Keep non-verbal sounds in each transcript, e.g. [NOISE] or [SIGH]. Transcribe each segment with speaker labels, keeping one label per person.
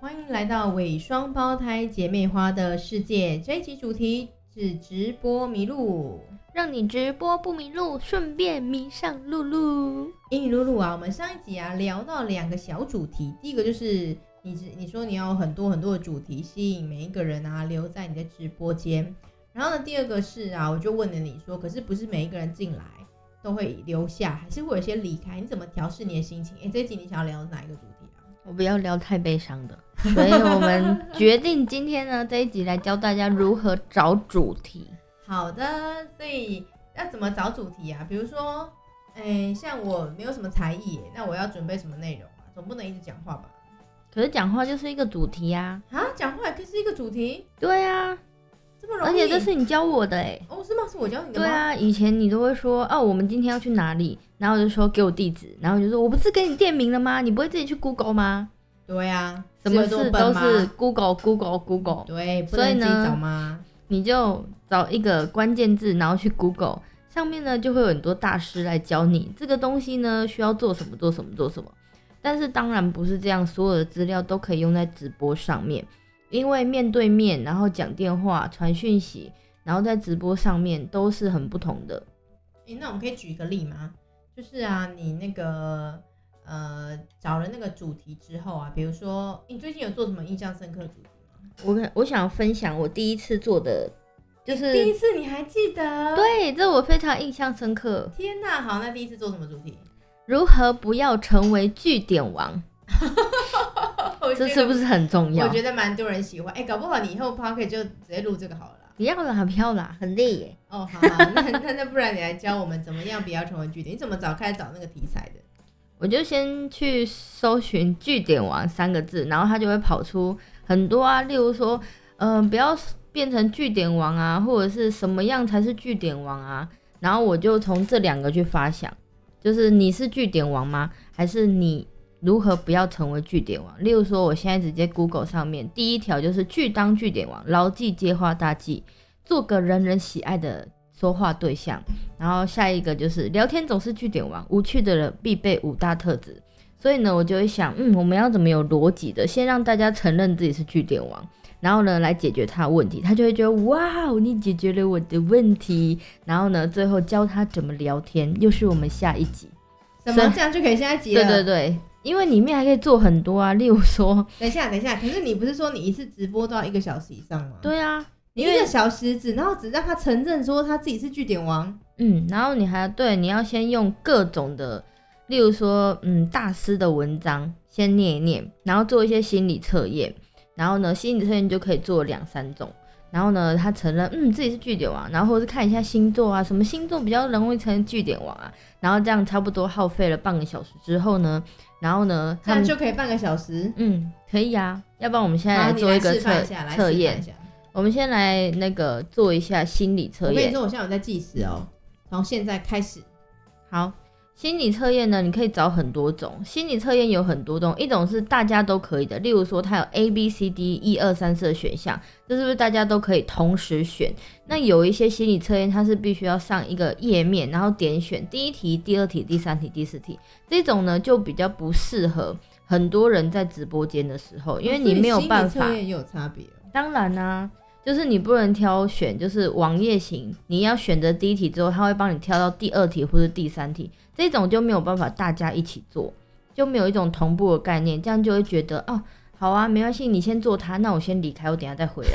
Speaker 1: 欢迎来到伪双胞胎姐妹花的世界。这一集主题是直播迷路。
Speaker 2: 让你直播不迷路，顺便迷上露露。
Speaker 1: 英语露露啊，我们上一集啊聊到两个小主题，第一个就是你只你说你要有很多很多的主题吸引每一个人啊留在你的直播间，然后呢第二个是啊，我就问了你说，可是不是每一个人进来都会留下，还是会有些离开？你怎么调试你的心情？哎，这一集你想要聊哪一个主题啊？
Speaker 2: 我不要聊太悲伤的， [LAUGHS] 所以我们决定今天呢这一集来教大家如何找主题。
Speaker 1: 好的，所以要怎么找主题啊？比如说，哎，像我没有什么才艺耶，那我要准备什么内容啊？总不能一直讲话吧？
Speaker 2: 可是讲话就是一个主题啊，
Speaker 1: 啊，讲话也可以是一个主题，
Speaker 2: 对啊，
Speaker 1: 这么容易？
Speaker 2: 而且这是你教我的哎、
Speaker 1: 哦，是吗？是我教你的吗？
Speaker 2: 对啊，以前你都会说哦，我们今天要去哪里，然后我就说给我地址，然后我就说我不是给你店名了吗？你不会自己去 Google 吗？
Speaker 1: 对啊呀、
Speaker 2: 什么
Speaker 1: 是有
Speaker 2: 事
Speaker 1: 这笨
Speaker 2: 都
Speaker 1: 吗
Speaker 2: 是 Google Google Google，
Speaker 1: 对，不
Speaker 2: 所
Speaker 1: 能
Speaker 2: 以
Speaker 1: 自己
Speaker 2: 呢
Speaker 1: 找吗？
Speaker 2: 你就找一个关键字，然后去 Google，上面呢就会有很多大师来教你这个东西呢需要做什么，做什么，做什么。但是当然不是这样，所有的资料都可以用在直播上面，因为面对面，然后讲电话、传讯息，然后在直播上面都是很不同的。
Speaker 1: 诶，那我们可以举一个例吗？就是啊，你那个呃找了那个主题之后啊，比如说你最近有做什么印象深刻的主题吗？
Speaker 2: 我跟我想分享我第一次做的，就
Speaker 1: 第一
Speaker 2: 是
Speaker 1: 次你还记得？，
Speaker 2: 对，这我非常印象深刻。
Speaker 1: 天哪！好，那第一次做什么主题？
Speaker 2: 如何不要成为据点王，
Speaker 1: 我
Speaker 2: 这
Speaker 1: 觉
Speaker 2: 是
Speaker 1: 得
Speaker 2: 不是很重要
Speaker 1: 我？觉得蛮多人喜欢。哎、搞不好你以后 p o c k e t 就直接录这个好了啦。
Speaker 2: 不要啦，不要啦，很累耶。
Speaker 1: 哦，好好，
Speaker 2: [LAUGHS]
Speaker 1: 那那那不然你来教我们怎么样不要成为据点？你怎么找开始找那个题材的？
Speaker 2: 我就先去搜寻“据点王”三个字，然后它就会跑出很多啊，例如说，嗯、不要变成据点王啊，或者是什么样才是据点王啊。然后我就从这两个去发想，就是你是据点王吗？还是你如何不要成为据点王？例如说，我现在直接 Google 上面第一条就是“去当据点王”，牢记接话大忌，做个人人喜爱的说话对象。然后下一个就是聊天总是据点王，无趣的人必备五大特质。所以呢，我就会想，嗯，我们要怎么有逻辑的，先让大家承认自己是据点王，然后呢，来解决他的问题，他就会觉得哇，你解决了我的问题。然后呢，最后教他怎么聊天，又是我们下一集。
Speaker 1: 什
Speaker 2: 所以
Speaker 1: 么这样就可以下集了？
Speaker 2: 对对对，因为里面还可以做很多啊，例如说，
Speaker 1: 等一下，等一下，可是你不是说你一次直播都要一个小时以上吗？，
Speaker 2: 对啊，
Speaker 1: 你一个小时只然后只让他承认说他自己是据点王，
Speaker 2: 嗯，然后你还对，你要先用各种的，例如说，嗯，大师的文章先念一念，然后做一些心理测验，然后呢，心理测验就可以做两三种，然后呢，他承认，嗯，自己是据点王，然后或是看一下星座啊，什么星座比较容易成为据点王啊，然后这样差不多耗费了半个小时之后呢，然后呢，
Speaker 1: 这
Speaker 2: 他
Speaker 1: 样
Speaker 2: 们
Speaker 1: 就可以半个小时。
Speaker 2: 嗯，可以啊，要不然我们现在
Speaker 1: 好
Speaker 2: 来
Speaker 1: 你
Speaker 2: 做一个
Speaker 1: 示范
Speaker 2: 测
Speaker 1: 一下，来
Speaker 2: 测
Speaker 1: 示范
Speaker 2: 验
Speaker 1: 一，下。
Speaker 2: 我们先来那个做一下心理测
Speaker 1: 我跟
Speaker 2: 验
Speaker 1: 你。说，我现在有在计时哦，从现在开始。
Speaker 2: 好，心理测验呢，你可以找很多种。心理测验有很多种，一种是大家都可以的，例如说它有 A、B、C、D 一二三四的选项，这是不是大家都可以同时选？那有一些心理测验，它是必须要上一个页面，然后点选第一题、第二题、第三题、第四题，这种呢就比较不适合很多人在直播间的时候，因为
Speaker 1: 哦所以
Speaker 2: 你没有
Speaker 1: 心理
Speaker 2: 办
Speaker 1: 测
Speaker 2: 法。
Speaker 1: 验也有差别哦。
Speaker 2: 当然啦、就是你不能挑选，就是网页型，你要选择第一题之后，他会帮你跳到第二题或者第三题，这种就没有办法大家一起做，就没有一种同步的概念，这样就会觉得哦，好啊，没关系，你先做它，那我先离开，我等一下再回来。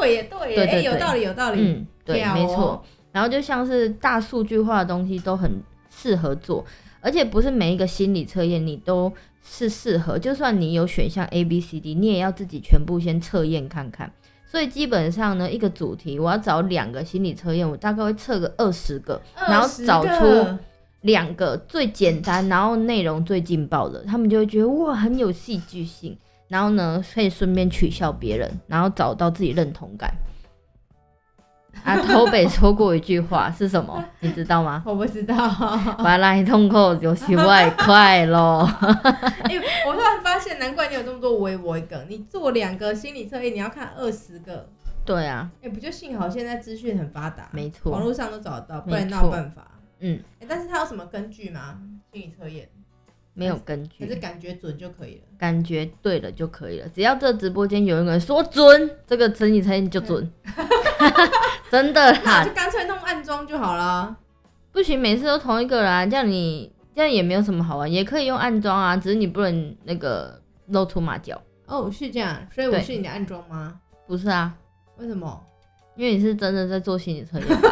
Speaker 1: 对耶，对耶，
Speaker 2: [LAUGHS] 对
Speaker 1: 哎、
Speaker 2: 对
Speaker 1: 有
Speaker 2: 对
Speaker 1: 道理，有道理。
Speaker 2: 嗯，对，
Speaker 1: 跳
Speaker 2: 没
Speaker 1: 哦
Speaker 2: 错。然后就像是大数据化的东西都很适合做，而且不是每一个心理测验你都是适合，就算你有选项 A、B、C、D，你也要自己全部先测验看看。所以基本上呢，一个主题我要找两个心理测验，我大概会测个二十个，然后
Speaker 1: 20
Speaker 2: 找
Speaker 1: 个
Speaker 2: 出两个最简单，然后内容最劲爆的，他们就会觉得哇很有戏剧性，然后呢可以顺便取笑别人，然后找到自己认同感。啊，头北说过一句话是什么？你知道
Speaker 1: [LAUGHS]
Speaker 2: 吗？
Speaker 1: 我不知道。
Speaker 2: 把来痛苦就是外快咯。
Speaker 1: 哎、我突然发现，难怪你有这么多微微梗。你做两个心理测验，你要看二十个，
Speaker 2: 对啊，
Speaker 1: 哎、不就幸好现在资讯很发达，
Speaker 2: 没错
Speaker 1: 网络上都找得到，不
Speaker 2: 没
Speaker 1: 然
Speaker 2: 错
Speaker 1: 哪有办法？
Speaker 2: 嗯
Speaker 1: 哎、但是它有什么根据吗？心理测验
Speaker 2: 没有根
Speaker 1: 可是
Speaker 2: 据，
Speaker 1: 感觉准就可以了。
Speaker 2: 感觉对了就可以了。只要这直播间有一个人说准，这个生意才就准， [LAUGHS] 真的
Speaker 1: 那
Speaker 2: 啦，
Speaker 1: 就干脆弄暗装就好啦。
Speaker 2: 不行，每次都同一个人、啊，这样你这样也没有什么好玩，也可以用暗装啊，只是你不能那个露出马脚。
Speaker 1: 哦，是这样，所以我
Speaker 2: 对
Speaker 1: 是你的暗装吗？
Speaker 2: 不是啊，
Speaker 1: 为什么？
Speaker 2: 因为你是真的在做心理测 [LAUGHS] 验吧，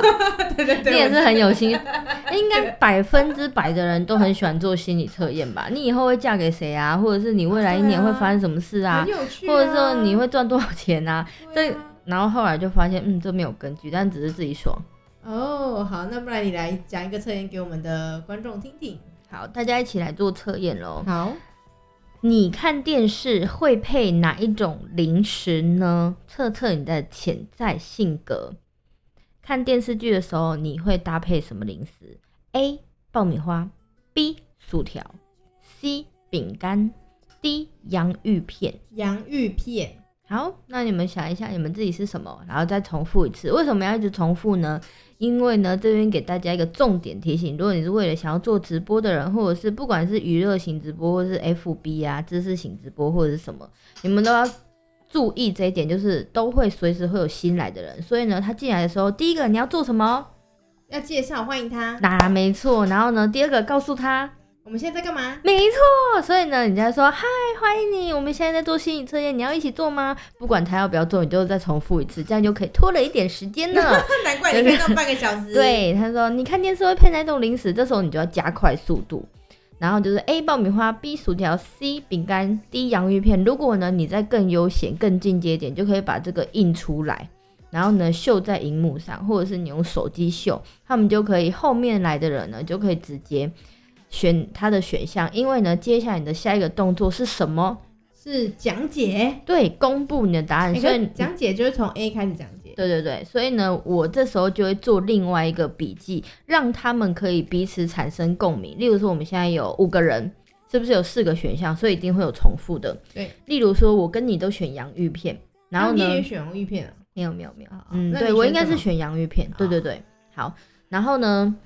Speaker 1: 对对
Speaker 2: 你也
Speaker 1: 对，
Speaker 2: 是很有心， [LAUGHS] 应该百分之百的人都很喜欢做心理测验吧？你以后会嫁给谁啊？或者是你未来一年会发生什么事
Speaker 1: 我
Speaker 2: 啊？
Speaker 1: 很有趣、啊，
Speaker 2: 或者说你会赚多少钱啊？
Speaker 1: 对
Speaker 2: 这
Speaker 1: 啊、
Speaker 2: 然后后来就发现，嗯，这没有根据，但只是自己爽。
Speaker 1: 哦，好，那不然你来讲一个测验给我们的观众听听。
Speaker 2: 好，大家一起来做测验喽。
Speaker 1: 好，
Speaker 2: 你看电视会配哪一种零食呢？测测你的潜在性格。看电视剧的时候，你会搭配什么零食？A. 爆米花，B. 薯条，C. 饼干，D. 洋芋片。
Speaker 1: 洋芋片，
Speaker 2: 好，那你们想一下，你们自己是什么，然后再重复一次。为什么要一直重复呢？因为呢，这边给大家一个重点提醒：如果你是为了想要做直播的人，或者是不管是娱乐型直播，或是 FB 啊、知识型直播，或者是什么，你们都要注意这一点，就是都会随时会有新来的人。所以呢，他进来的时候，第一个你要做什么？
Speaker 1: 要介绍，欢迎他。
Speaker 2: 啊，没错。然后呢，第二个告诉他
Speaker 1: 我们现在在干嘛？
Speaker 2: 没错，所以呢，你在说嗨，欢迎你，我们现在在做心理测验，你要一起做吗？不管他要不要做，你就再重复一次，这样就可以拖了一点时间呢。
Speaker 1: [LAUGHS] 难怪你可以弄半个小时。，
Speaker 2: 对，他说你看电视会配哪种零食，这时候你就要加快速度。然后就是 A 爆米花，B 薯条，C 饼干，D 洋芋片。如果呢你再更悠闲、更进阶一点，就可以把这个印出来，然后呢秀在荧幕上，或者是你用手机秀，他们就可以后面来的人呢就可以直接选他的选项，因为呢接下来你的下一个动作是什么？
Speaker 1: 是讲解。
Speaker 2: 对，公布你的答案。
Speaker 1: 欸
Speaker 2: 所
Speaker 1: 可
Speaker 2: 以
Speaker 1: 是讲解就是从 A 开始讲解。
Speaker 2: 嗯对对对，所以呢，我这时候就会做另外一个笔记，让他们可以彼此产生共鸣。例如说，我们现在有五个人，是不是有四个选项？所以一定会有重复的。
Speaker 1: 对，
Speaker 2: 例如说，我跟你都选洋芋片，然后
Speaker 1: 啊
Speaker 2: 呢，
Speaker 1: 你也选洋芋片啊？
Speaker 2: 没有没有没有
Speaker 1: 哦，
Speaker 2: 嗯，
Speaker 1: 那
Speaker 2: 对
Speaker 1: 你
Speaker 2: 我
Speaker 1: 选
Speaker 2: 应该
Speaker 1: 什
Speaker 2: 是
Speaker 1: 么
Speaker 2: 选洋芋片，对
Speaker 1: 哦
Speaker 2: 对对，好，然后呢，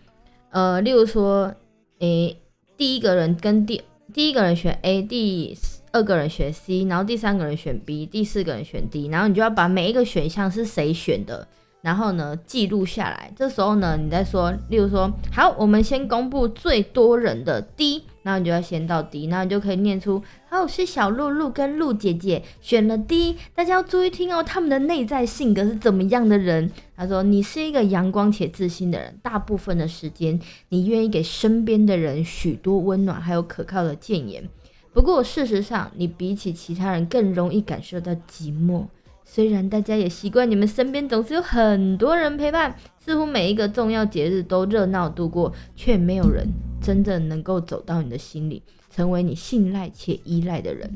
Speaker 2: 呃，例如说，诶，第一个人跟第第一个人选 A，第二个人选 C，然后第三个人选 B，第四个人选 D，然后你就要把每一个选项是谁选的，然后呢记录下来。这时候呢，你再说，例如说，好，我们先公布最多人的 D，然后你就要先到 D，然后你就可以念出，哦，是小露露跟露姐姐选了 D，大家要注意听哦，他们的内在性格是怎么样的人？他说，你是一个阳光且自信的人，大部分的时间你愿意给身边的人许多温暖，还有可靠的谏言。不过事实上，你比起其他人更容易感受到寂寞。虽然大家也习惯你们身边总是有很多人陪伴，似乎每一个重要节日都热闹度过，却没有人真正能够走到你的心里，成为你信赖且依赖的人。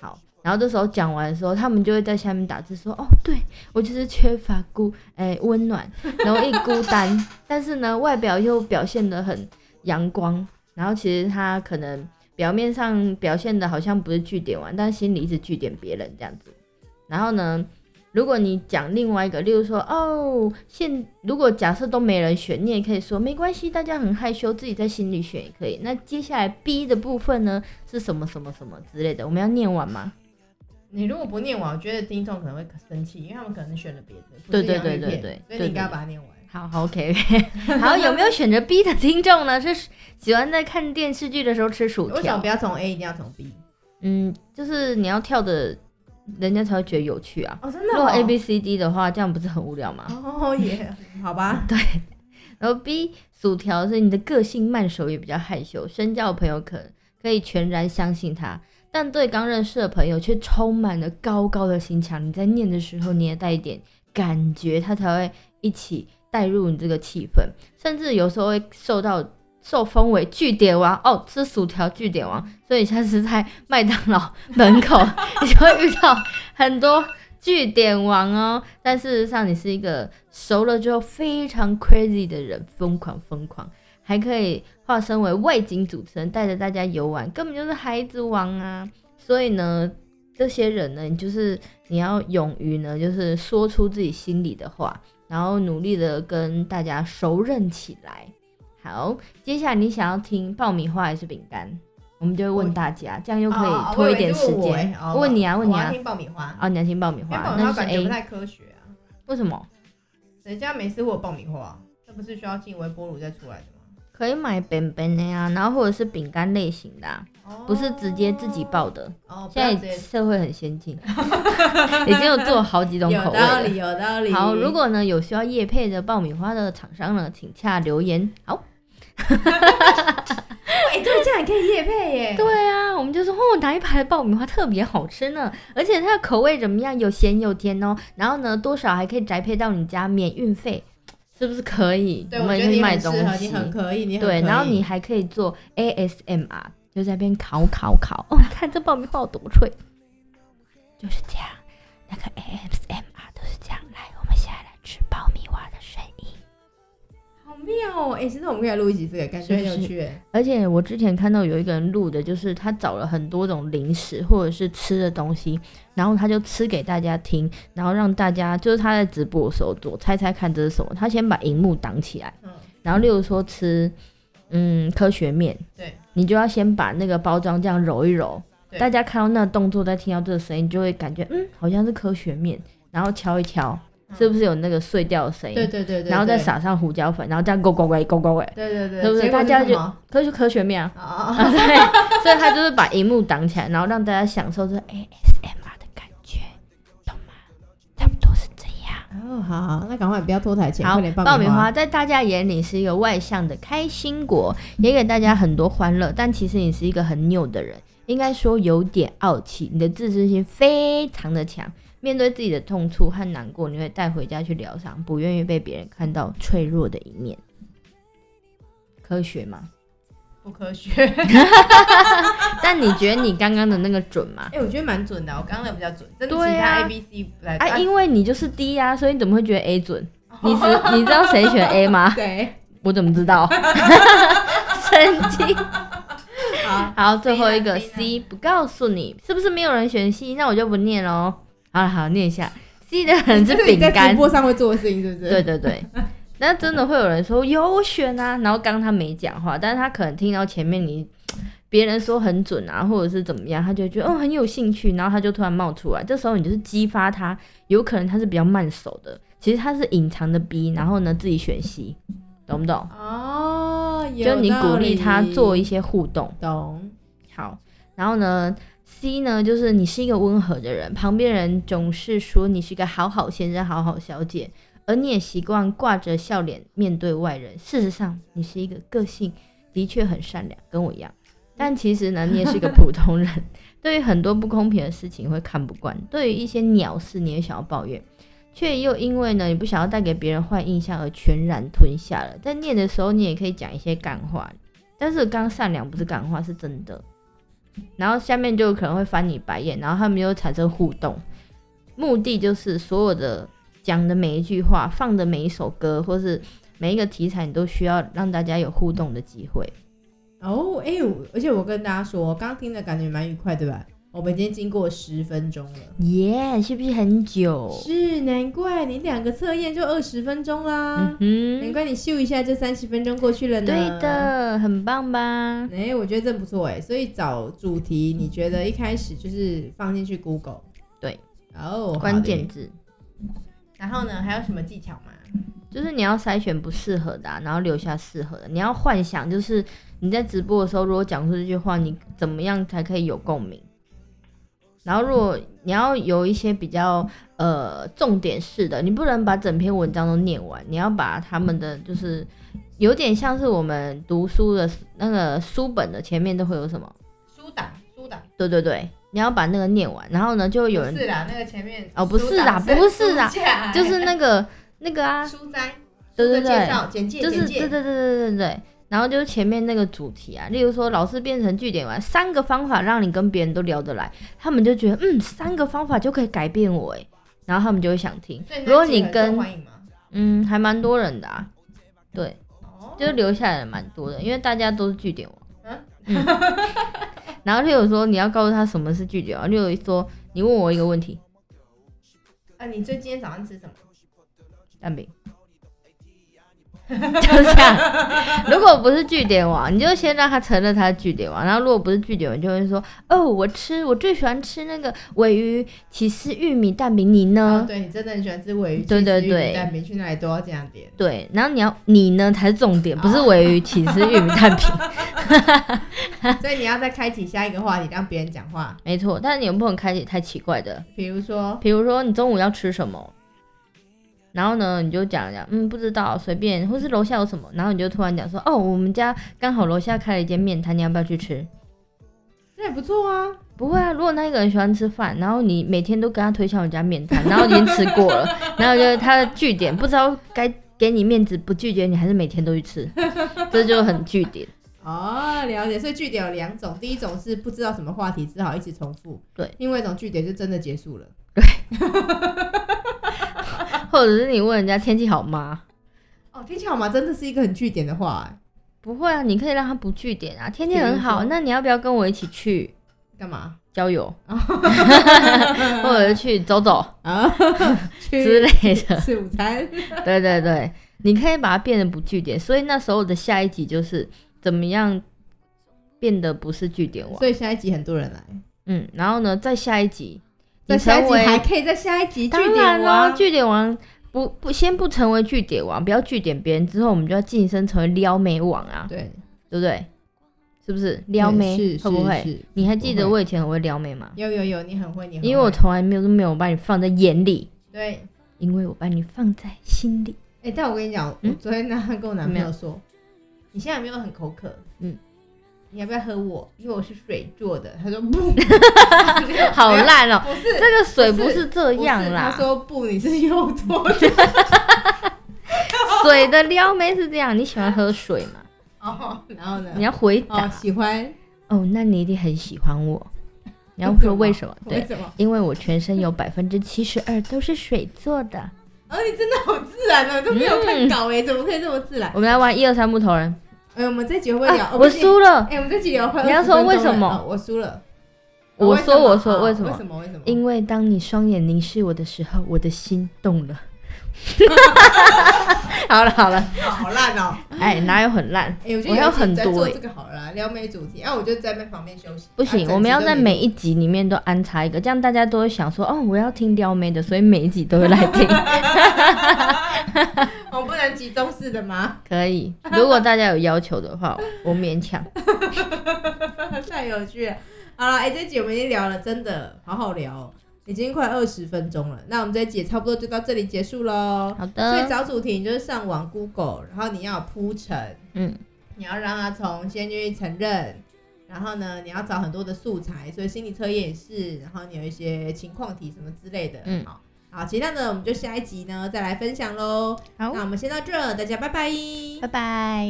Speaker 2: 好，然后这时候讲完的时候，他们就会在下面打字说：“哦，对我就是缺乏孤哎温暖，容易孤单， [LAUGHS] 但是呢，外表又表现得很阳光，然后其实他可能表面上表现的好像不是据点完，但心里一直据点别人这样子。然后呢，如果你讲另外一个，例如说哦，现如果假设都没人选，你也可以说没关系，大家很害羞，自己在心里选也可以。那接下来 B 的部分呢，是什么什么什么之类的，我们要念完吗？
Speaker 1: 你如果不念完，我觉得听众可能会生气，因为他们可能选了别的，不
Speaker 2: 对
Speaker 1: 是洋芋
Speaker 2: 对对对
Speaker 1: 片所
Speaker 2: 对对
Speaker 1: 以
Speaker 2: 对
Speaker 1: 你应该要把它念完。
Speaker 2: [LAUGHS] 好好，OK，好，有没有选择 B 的听众呢？是喜欢在看电视剧的时候吃薯
Speaker 1: 为什么
Speaker 2: 条
Speaker 1: 不？要从 A，一定要从 B？
Speaker 2: 嗯，就是你要跳的，人家才会觉得有趣啊。
Speaker 1: 哦，真
Speaker 2: 如果 A B C D 的话，这样不是很无聊
Speaker 1: [LAUGHS]
Speaker 2: 吗？
Speaker 1: 哦也好吧，
Speaker 2: 然后 B 薯条是你的个性慢熟，也比较害羞，深交的朋友可可以全然相信他，但对刚认识的朋友却充满了高高的心墙。你在念的时候，你也带一点感觉，他才会一起带入你这个气氛，甚至有时候会受到。受封为据点王哦，吃薯条据点王，所以下次在麦当劳门口， [LAUGHS] 你就会遇到很多据点王哦。但事实上，你是一个熟了之后非常 crazy 的人，疯狂疯狂，还可以化身为外景主持人，带着大家游玩，根本就是孩子王啊！所以呢，这些人呢，你就是你要勇于呢，就是说出自己心里的话，然后努力的跟大家熟认起来。好，接下来你想要听爆米花还是饼干？我们就会问大家，这样又可
Speaker 1: 哦
Speaker 2: 以拖一点时
Speaker 1: 我以为是
Speaker 2: 间
Speaker 1: 问我欸。哦
Speaker 2: 我问你啊，问你
Speaker 1: 我要
Speaker 2: 啊，
Speaker 1: 听爆米花，
Speaker 2: 啊，你要听爆米
Speaker 1: 因为
Speaker 2: 花
Speaker 1: 爆，米花
Speaker 2: 那就是
Speaker 1: 感觉不
Speaker 2: A，
Speaker 1: 太科学啊。
Speaker 2: 为什么？
Speaker 1: 人家每次会有爆米花，那不是需要进微波炉再出来的吗？
Speaker 2: 可以买本本的呀，然后或者是饼干类型的、啊，
Speaker 1: 哦
Speaker 2: 不是直接自己爆的。
Speaker 1: 哦，不要
Speaker 2: 现
Speaker 1: 直
Speaker 2: 在
Speaker 1: 接
Speaker 2: 社会很先进， [LAUGHS] 已经有做好几种口
Speaker 1: 有
Speaker 2: 味
Speaker 1: 道
Speaker 2: 了。
Speaker 1: 理，有道理。
Speaker 2: 好，如果呢有需要夜配的爆米花的厂商呢，请洽留言。好，
Speaker 1: 哎、对，这样也可以夜配耶。
Speaker 2: 对啊，我们就说哦，哪一排的爆米花特别好吃呢？而且它的口味怎么样？有咸有甜哦。然后呢，多少还可以宅配到你家，免运费，是不是可以？
Speaker 1: 对，
Speaker 2: 我
Speaker 1: 我
Speaker 2: 们
Speaker 1: 觉得
Speaker 2: 也可以
Speaker 1: 你
Speaker 2: 买
Speaker 1: 很
Speaker 2: 东
Speaker 1: 适合，
Speaker 2: 西
Speaker 1: 你。很可以，你很
Speaker 2: 对，
Speaker 1: 可
Speaker 2: 然后
Speaker 1: 以
Speaker 2: 你还可以做 ASMR，就在那边烤烤烤。哦，看这爆米花有多脆，就是这样。那个 ASMR 都是这样。来，我们现在来吃爆米花的声音。
Speaker 1: 好妙哦！哎、真的，我们可以录一集这个，感觉很有
Speaker 2: 是不
Speaker 1: 趣耶。
Speaker 2: 而且我之前看到有一个人录的，就是他找了很多种零食或者是吃的东西，然后他就吃给大家听，然后让大家就是他在直播的时候做，猜猜看这是什么？他先把荧幕挡起来，
Speaker 1: 嗯，
Speaker 2: 然后例如说吃，嗯，科学面，
Speaker 1: 对，
Speaker 2: 你就要先把那个包装这样揉一揉，
Speaker 1: 对
Speaker 2: 大家看到那个动作，再听到这个声音，就会感觉嗯，好像是科学面，然后敲一敲，
Speaker 1: 嗯
Speaker 2: 是不是有那个碎掉的声音？
Speaker 1: 对对对对，
Speaker 2: 然后再
Speaker 1: 对，
Speaker 2: 撒上胡椒粉，然后这样勾勾勾勾勾，哎，
Speaker 1: 对对对，
Speaker 2: 对不对
Speaker 1: 结果
Speaker 2: 大家
Speaker 1: 是什
Speaker 2: 就
Speaker 1: 么
Speaker 2: 科学科学面啊。
Speaker 1: 啊啊啊
Speaker 2: 啊， [LAUGHS] 对，所以他就是把荧幕挡起来，然后让大家享受这哎 ASMR 的感觉，懂吗？差不多是这样。
Speaker 1: 哦，好好，那赶快不要拖台前，
Speaker 2: 好
Speaker 1: 快点，
Speaker 2: 爆
Speaker 1: 米
Speaker 2: 米花在大家眼里是一个外向的开心果，也给大家很多欢
Speaker 1: 嗯
Speaker 2: 乐，但其实你是一个很扭的人，应该说有点傲气，你的自尊心非常的强。面对自己的痛处和难过，你会带回家去疗伤，不愿意被别人看到脆弱的一面。科学吗？
Speaker 1: 不科学。 [LAUGHS]
Speaker 2: 但你觉得你刚刚的那个准吗？
Speaker 1: 哎、我觉得蛮准的，我刚刚那个比较准，真的
Speaker 2: 对
Speaker 1: 其他
Speaker 2: 啊
Speaker 1: A B C 不太
Speaker 2: 啊，
Speaker 1: 准。
Speaker 2: 因为你就是 D 呀、所以你怎么会觉得 A 准？
Speaker 1: 哦
Speaker 2: 你知你知道谁选 A 吗？
Speaker 1: 对，
Speaker 2: 我怎么
Speaker 1: [LAUGHS]
Speaker 2: 知道？神经！
Speaker 1: 好，
Speaker 2: 好，最后一个
Speaker 1: C 呢
Speaker 2: C 不告诉你，是不是没有人选 C？那我就不念喽。好了，好念一下 C 的人是
Speaker 1: 这
Speaker 2: 饼
Speaker 1: 你在直
Speaker 2: 干，
Speaker 1: 播上会做的事情是不是？
Speaker 2: 对，对对。那真的会有人说有我选啊，然后刚刚他没讲话，但是他可能听到前面你别人说很准啊，或者是怎么样，他就会觉得哦很有兴趣，然后他就突然冒出来，这时候你就是激发他，有可能他是比较慢手的，其实他是隐藏的 B，然后呢自己选 C，懂不懂？
Speaker 1: 哦，
Speaker 2: 就你鼓励他做一
Speaker 1: 些
Speaker 2: 些互动，
Speaker 1: 懂，
Speaker 2: 好，然后呢，C 呢，就是你是一个温和的人，旁边人总是说你是个好好先生、好好小姐，而你也习惯挂着笑脸面对外人。事实上，你是一个个性的确很善良，跟我一样，但其实呢，你也是一个普通人， [LAUGHS] 对于很多不公平的事情会看不惯，对于一些鸟事你也想要抱怨。却又因为呢，你不想要带给别人坏印象而全然吞下了。在念的时候，你也可以讲一些干话，但是刚刚善良不是干话，是真的。然后下面就可能会翻你白眼，然后他们又产生互动，目的就是所有的讲的每一句话、放的每一首歌，或是每一个题材，你都需要让大家有互动的机会。
Speaker 1: 哦，哎、我而且我跟大家说，我刚刚听的感觉蛮愉快，对吧？我们已经经过十分钟了。
Speaker 2: 耶、是不是很久？
Speaker 1: 是，难怪你两个测验就二十分钟啦，难
Speaker 2: 嗯哼，
Speaker 1: 怪你秀一下就三十分钟过去了呢。
Speaker 2: 对。的，很棒吧？
Speaker 1: 哎、我觉得这不错哎，所以找主题，你觉得一开始就是放进去 Google，
Speaker 2: 对，
Speaker 1: 哦，
Speaker 2: 关
Speaker 1: 好
Speaker 2: 键
Speaker 1: 的。
Speaker 2: 字
Speaker 1: 然后呢，还有什么技巧吗？
Speaker 2: 嗯就是你要筛选不适合的啊、然后留下适合的。你要幻想，就是你在直播的时候，如果讲出这句话，你怎么样才可以有共鸣？然后，如果你要有一些比较呃重点式的，你不能把整篇文章都念完，你要把他们的就是有点像是我们读书的那个书本的前面都会有什么？
Speaker 1: 书档，书档，
Speaker 2: 对对对，你要把那个念完，然后呢就会有人
Speaker 1: 不是啊啦，那个前面
Speaker 2: 哦不是
Speaker 1: 书档
Speaker 2: 啦不是啦
Speaker 1: 书架
Speaker 2: 就是那个那个啊，
Speaker 1: 书摘，
Speaker 2: 对对
Speaker 1: 书的介
Speaker 2: 对
Speaker 1: 绍简介，
Speaker 2: 就
Speaker 1: 简
Speaker 2: 是对对
Speaker 1: 介，
Speaker 2: 对对对对。然后就是前面那个主题啊，例如说老师变成据点完三个方法让你跟别人都聊得来，他们就觉得嗯三个方法就可以改变我诶，然后他们就会想听
Speaker 1: 所以。
Speaker 2: 如果
Speaker 1: 那
Speaker 2: 你
Speaker 1: 集很受
Speaker 2: 跟
Speaker 1: 欢迎吗？
Speaker 2: 嗯还蛮多人的啊，对，
Speaker 1: 哦，
Speaker 2: 就是留下来的蛮多的，因为大家都是据点王。
Speaker 1: 嗯
Speaker 2: 嗯， [LAUGHS] 然后例如说你要告诉他什么是据点王，例如说你问我一个问题，
Speaker 1: 啊，你最今天早上吃什么？
Speaker 2: 蛋饼， [LAUGHS] 就这样。如果不是据点王，你就先让他承认他是据点王，然后如果不是据点王，就会说哦，我吃我最喜欢吃那个尾鱼起司玉米蛋饼，你
Speaker 1: 哦，
Speaker 2: 呢？
Speaker 1: 对你真的很喜欢吃尾鱼，
Speaker 2: 嗯对对
Speaker 1: 其实玉米
Speaker 2: 对
Speaker 1: 蛋饼去哪里都要这样点。 [LAUGHS]
Speaker 2: 对，然后你要你呢才是重点，不是尾鱼起司玉米蛋饼， [LAUGHS]
Speaker 1: 所以你要再开启下一个话题，让别人讲话。
Speaker 2: 没错。但是你们不能开启太奇怪的，
Speaker 1: 比如说，
Speaker 2: 比如说你中午要吃什么，然后呢你就讲讲，嗯，不知道，随便，或是楼下有什么，然后你就突然讲说，哦，我们家刚好楼下开了一间面摊，你要不要去吃？
Speaker 1: 那也不错啊。
Speaker 2: 不会啊，如果那个人喜欢吃饭，然后你每天都跟他推销人家面摊，然后已经吃过了，然后就是他的据点，不知道该给你面子不拒绝你，还是每天都去吃，这就很据点。
Speaker 1: 哦，了解。所以据点有两种，第一种是不知道什么话题，只好一直重复；
Speaker 2: 对，
Speaker 1: 另外一种据点就真的结束了。
Speaker 2: 或者是你问人家天气好吗？
Speaker 1: 哦，天气好吗？真的是一个很据点的话、哎
Speaker 2: 不会啊，你可以让他不据点啊，天气
Speaker 1: 比如
Speaker 2: 很好，
Speaker 1: 说
Speaker 2: 那你要不要跟我一起去
Speaker 1: 干嘛
Speaker 2: 郊游， [LAUGHS]
Speaker 1: 嗯
Speaker 2: 或者是去走走
Speaker 1: 啊？
Speaker 2: 之
Speaker 1: [LAUGHS] 去
Speaker 2: 类的？ [LAUGHS]
Speaker 1: 吃午餐。
Speaker 2: 对对对，你可以把它变得不据点，所以那时候的下一集就是怎么样变得不是据点王。
Speaker 1: 所以下一集很多人来，
Speaker 2: 嗯，然后呢，再下一集，
Speaker 1: 在
Speaker 2: 你
Speaker 1: 下一
Speaker 2: 成
Speaker 1: 集
Speaker 2: 为
Speaker 1: 还可以在下一集据
Speaker 2: 当
Speaker 1: 点
Speaker 2: 然
Speaker 1: 王。
Speaker 2: 据点王不不先不成为据点王，不要据点别人，之后我们就要晋升成为撩妹王啊，
Speaker 1: 对，
Speaker 2: 对不对？是不是撩妹
Speaker 1: 对是
Speaker 2: 会不
Speaker 1: 是
Speaker 2: 会？
Speaker 1: 是
Speaker 2: 你还记得
Speaker 1: 我
Speaker 2: 我以前很会撩妹吗？
Speaker 1: 有有有，你很会，你很
Speaker 2: 因为我
Speaker 1: 会
Speaker 2: 从来没有都没有把你放在眼里，
Speaker 1: 对。
Speaker 2: 因为我把你放在心里。 [LAUGHS]
Speaker 1: 哎、但我跟你讲，我
Speaker 2: 嗯
Speaker 1: 昨天呢跟我男
Speaker 2: 怎
Speaker 1: 朋
Speaker 2: 么
Speaker 1: 友
Speaker 2: 样
Speaker 1: 说，你现在有没有很口渴？
Speaker 2: 嗯，
Speaker 1: 你要不要喝我？因为我是水做的。他说不，
Speaker 2: [LAUGHS] 好
Speaker 1: 啦，
Speaker 2: 烂哦、
Speaker 1: 哎 [LAUGHS] 不是
Speaker 2: 这个水
Speaker 1: 不
Speaker 2: 不
Speaker 1: 是
Speaker 2: 是这
Speaker 1: 不是
Speaker 2: 样啦，
Speaker 1: 他说不，你是又多的。
Speaker 2: 水的撩妹是这样。你喜欢喝水吗？
Speaker 1: [LAUGHS] 哦，然后
Speaker 2: 你
Speaker 1: 呢？
Speaker 2: 要回答
Speaker 1: 哦，喜欢
Speaker 2: 哦，那你一定很喜欢我。你要说为什么？对
Speaker 1: 为，什么？
Speaker 2: 因为我全 [LAUGHS] 身有百分之七十二都是水做的。
Speaker 1: 哦，你真的好自然哦，都没有
Speaker 2: 嗯
Speaker 1: 看稿哎，怎么可以这么自然？
Speaker 2: [LAUGHS] 我们来玩一二三木头人。
Speaker 1: 哎、我们这集会不会聊？
Speaker 2: 啊
Speaker 1: 哦
Speaker 2: 我。
Speaker 1: 不行
Speaker 2: 输了，
Speaker 1: 哎、我们这集聊快
Speaker 2: 你要
Speaker 1: 20分
Speaker 2: 说为
Speaker 1: 钟
Speaker 2: 什
Speaker 1: 了
Speaker 2: 么
Speaker 1: 哦我输了。哦
Speaker 2: 我
Speaker 1: 为
Speaker 2: 说
Speaker 1: 什么
Speaker 2: 我说
Speaker 1: 哦
Speaker 2: 为
Speaker 1: 为
Speaker 2: 什么？
Speaker 1: 什么？为什么？
Speaker 2: 因为当你双眼凝视我的时候，我的心动了。 [LAUGHS] 好了好了，
Speaker 1: 哦好烂哦！
Speaker 2: [LAUGHS] 哎，哪有很烂？
Speaker 1: 哎、我觉得
Speaker 2: 我
Speaker 1: 有
Speaker 2: 要
Speaker 1: 一集
Speaker 2: 很
Speaker 1: 在
Speaker 2: 多
Speaker 1: 做
Speaker 2: 欸
Speaker 1: 这个好了啦，撩妹主题，啊，我就在那旁边休息。
Speaker 2: 不
Speaker 1: 啊
Speaker 2: 行，
Speaker 1: 整
Speaker 2: 我们
Speaker 1: 集
Speaker 2: 要
Speaker 1: 都
Speaker 2: 在
Speaker 1: 没
Speaker 2: 每
Speaker 1: 录
Speaker 2: 一集里面都安插一个，这样大家都会想说，哦，我要听撩妹的，所以每一集都会来 [LAUGHS] 听。
Speaker 1: 我们不能集中式的吗？ [LAUGHS]
Speaker 2: 可以，如果大家有要求的话，我勉强。
Speaker 1: 太有趣了。好了，哎、这集我们已经聊了，真的好好聊、哦，已经快二十分钟了。那我们这一集也差不多就到这里结束喽。
Speaker 2: 好
Speaker 1: 所以
Speaker 2: 的，
Speaker 1: 找主题你就是上网 Google，然后你要有铺陈，
Speaker 2: 嗯，
Speaker 1: 你要让他从先愿意承认，然后呢，你要找很多的素材，所以心理测验也是，然后你有一些情况题什么之类的，
Speaker 2: 嗯
Speaker 1: 好，好，其他的我们就下一集呢再来分享喽。
Speaker 2: 好
Speaker 1: 那，我们先到这，大家拜拜。
Speaker 2: 拜拜。